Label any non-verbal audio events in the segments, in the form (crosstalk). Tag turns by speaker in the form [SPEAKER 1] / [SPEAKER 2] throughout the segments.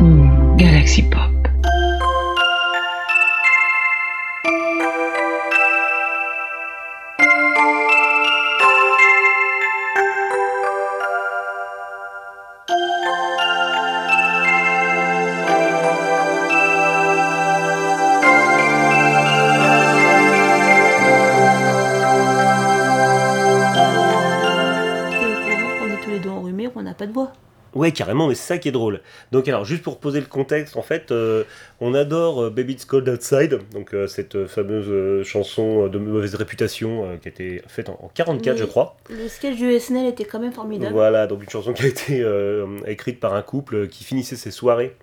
[SPEAKER 1] Hmm.
[SPEAKER 2] Galaxy Pop.
[SPEAKER 3] T'es au courant qu'on est tous les deux enrhumés, qu'on n'a pas de voix.
[SPEAKER 4] Ouais, carrément, mais c'est ça qui est drôle. Donc, alors, juste pour poser le contexte, en fait, euh, on adore euh, Baby It's Cold Outside, donc euh, cette euh, fameuse euh, chanson euh, de mauvaise réputation euh, qui a été faite en, en 44, je
[SPEAKER 3] Oui.
[SPEAKER 4] crois.
[SPEAKER 3] Le sketch du SNL était quand même formidable.
[SPEAKER 4] Voilà, donc une chanson qui a été euh, écrite par un couple qui finissait ses soirées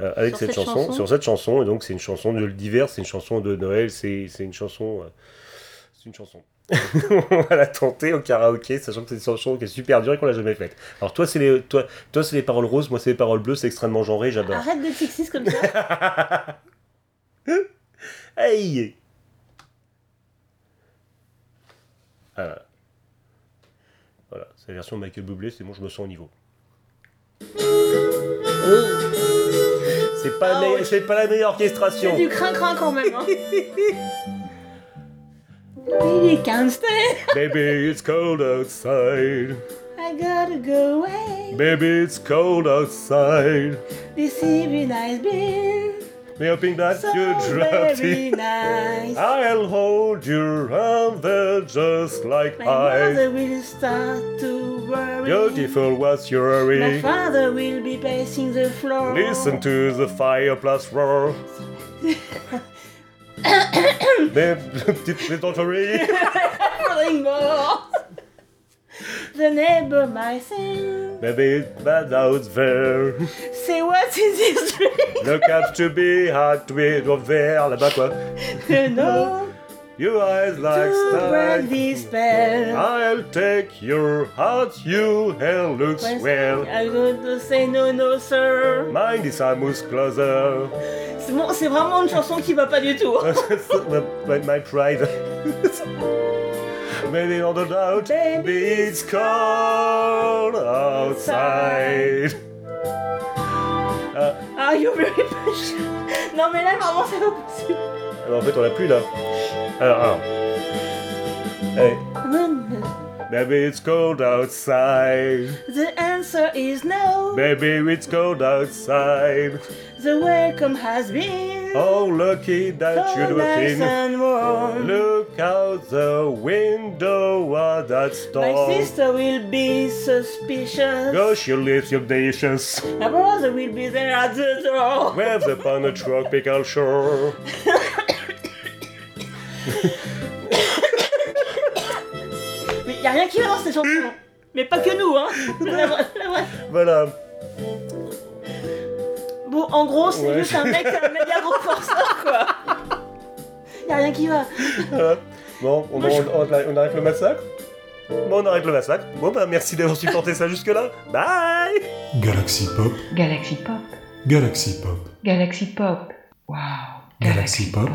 [SPEAKER 4] euh, avec
[SPEAKER 3] Sur
[SPEAKER 4] cette,
[SPEAKER 3] cette
[SPEAKER 4] chanson,
[SPEAKER 3] chanson.
[SPEAKER 4] sur cette chanson, et donc c'est une chanson de divers, c'est une chanson de Noël, c'est c'est une chanson, euh, c'est une chanson. (laughs) on va la tenter au karaoké, sachant que c'est une chanson qui est super dure et qu'on l'a jamais faite. Alors toi c'est les, toi, toi c'est les paroles roses, moi c'est les paroles bleues, c'est extrêmement genré, j'adore.
[SPEAKER 3] Arrête de sexiste comme ça.
[SPEAKER 4] Hey Voilà. Ah. Voilà, c'est la version de Michael Bublé, c'est bon, je me sens au niveau. C'est pas,
[SPEAKER 3] Oh. Ah
[SPEAKER 4] la meille-
[SPEAKER 3] oui.
[SPEAKER 4] c'est pas la meilleure orchestration.
[SPEAKER 3] (laughs) C'est (laughs) du crin-crin quand même. Hein. (laughs) Il est 15
[SPEAKER 4] Baby, it's cold outside.
[SPEAKER 3] I gotta go away.
[SPEAKER 4] Baby, it's cold outside.
[SPEAKER 3] This very nice beer.
[SPEAKER 4] Me hoping that
[SPEAKER 3] So
[SPEAKER 4] you dropped
[SPEAKER 3] very
[SPEAKER 4] (laughs) it.
[SPEAKER 3] nice.
[SPEAKER 4] I'll hold you around there just like
[SPEAKER 3] My
[SPEAKER 4] I.
[SPEAKER 3] mother will start to worry.
[SPEAKER 4] Beautiful was your
[SPEAKER 3] My
[SPEAKER 4] hurry.
[SPEAKER 3] father will be pacing the floor.
[SPEAKER 4] Listen to the fireplace roar. Mais petite plaisanterie.
[SPEAKER 3] Falling
[SPEAKER 4] (laughs)
[SPEAKER 3] more. The neighbor might sing.
[SPEAKER 4] Maybe it's bad out there.
[SPEAKER 3] Say what's in this drink?
[SPEAKER 4] Look at to be hard with your verre là-bas quoi.
[SPEAKER 3] no.
[SPEAKER 4] Your eyes like
[SPEAKER 3] To break
[SPEAKER 4] stars.
[SPEAKER 3] this spell.
[SPEAKER 4] I'll take your heart, you hell looks well.
[SPEAKER 3] I'm going to say no, no, sir.
[SPEAKER 4] Mine is I must closer.
[SPEAKER 3] C'est bon, c'est vraiment une chanson qui va pas du
[SPEAKER 4] (laughs)
[SPEAKER 3] tout.
[SPEAKER 4] my, my pride. Maybe on the doubt,
[SPEAKER 3] Baby,
[SPEAKER 4] it's cold outside.
[SPEAKER 3] Are you very patient? Non mais là vraiment c'est pas possible.
[SPEAKER 4] Alors en fait, on l'a plus là. Alors, alors. Allez. Maybe it's cold outside.
[SPEAKER 3] The answer is no.
[SPEAKER 4] Maybe it's cold outside.
[SPEAKER 3] The welcome has been
[SPEAKER 4] Oh, lucky that
[SPEAKER 3] so
[SPEAKER 4] you do a
[SPEAKER 3] nice
[SPEAKER 4] thing.
[SPEAKER 3] and warm.
[SPEAKER 4] Look out the window at that
[SPEAKER 3] My
[SPEAKER 4] storm.
[SPEAKER 3] sister will be suspicious.
[SPEAKER 4] Gosh, your lips, your dishes.
[SPEAKER 3] My brother will be there at the door.
[SPEAKER 4] Waves upon a tropical shore.
[SPEAKER 3] Mais y a rien qui va dans cette chanson. Mais pas que nous hein. La vraie- la vraie-
[SPEAKER 4] Voilà.
[SPEAKER 3] Bon en gros c'est
[SPEAKER 4] Ouais.
[SPEAKER 3] juste un mec qui a un méga gros forceur quoi. Y a rien qui va.
[SPEAKER 4] Voilà. Bon, on,
[SPEAKER 3] Moi, je-
[SPEAKER 4] on- on- on arrête le massacre Bon, on arrête le massacre. Bon, bah, merci d'avoir supporté ça jusque-là. Bye
[SPEAKER 1] Galaxy Pop,
[SPEAKER 2] Galaxy Pop.
[SPEAKER 1] Galaxy Pop,
[SPEAKER 2] Galaxy Pop. Wow.
[SPEAKER 1] Galaxy Pop.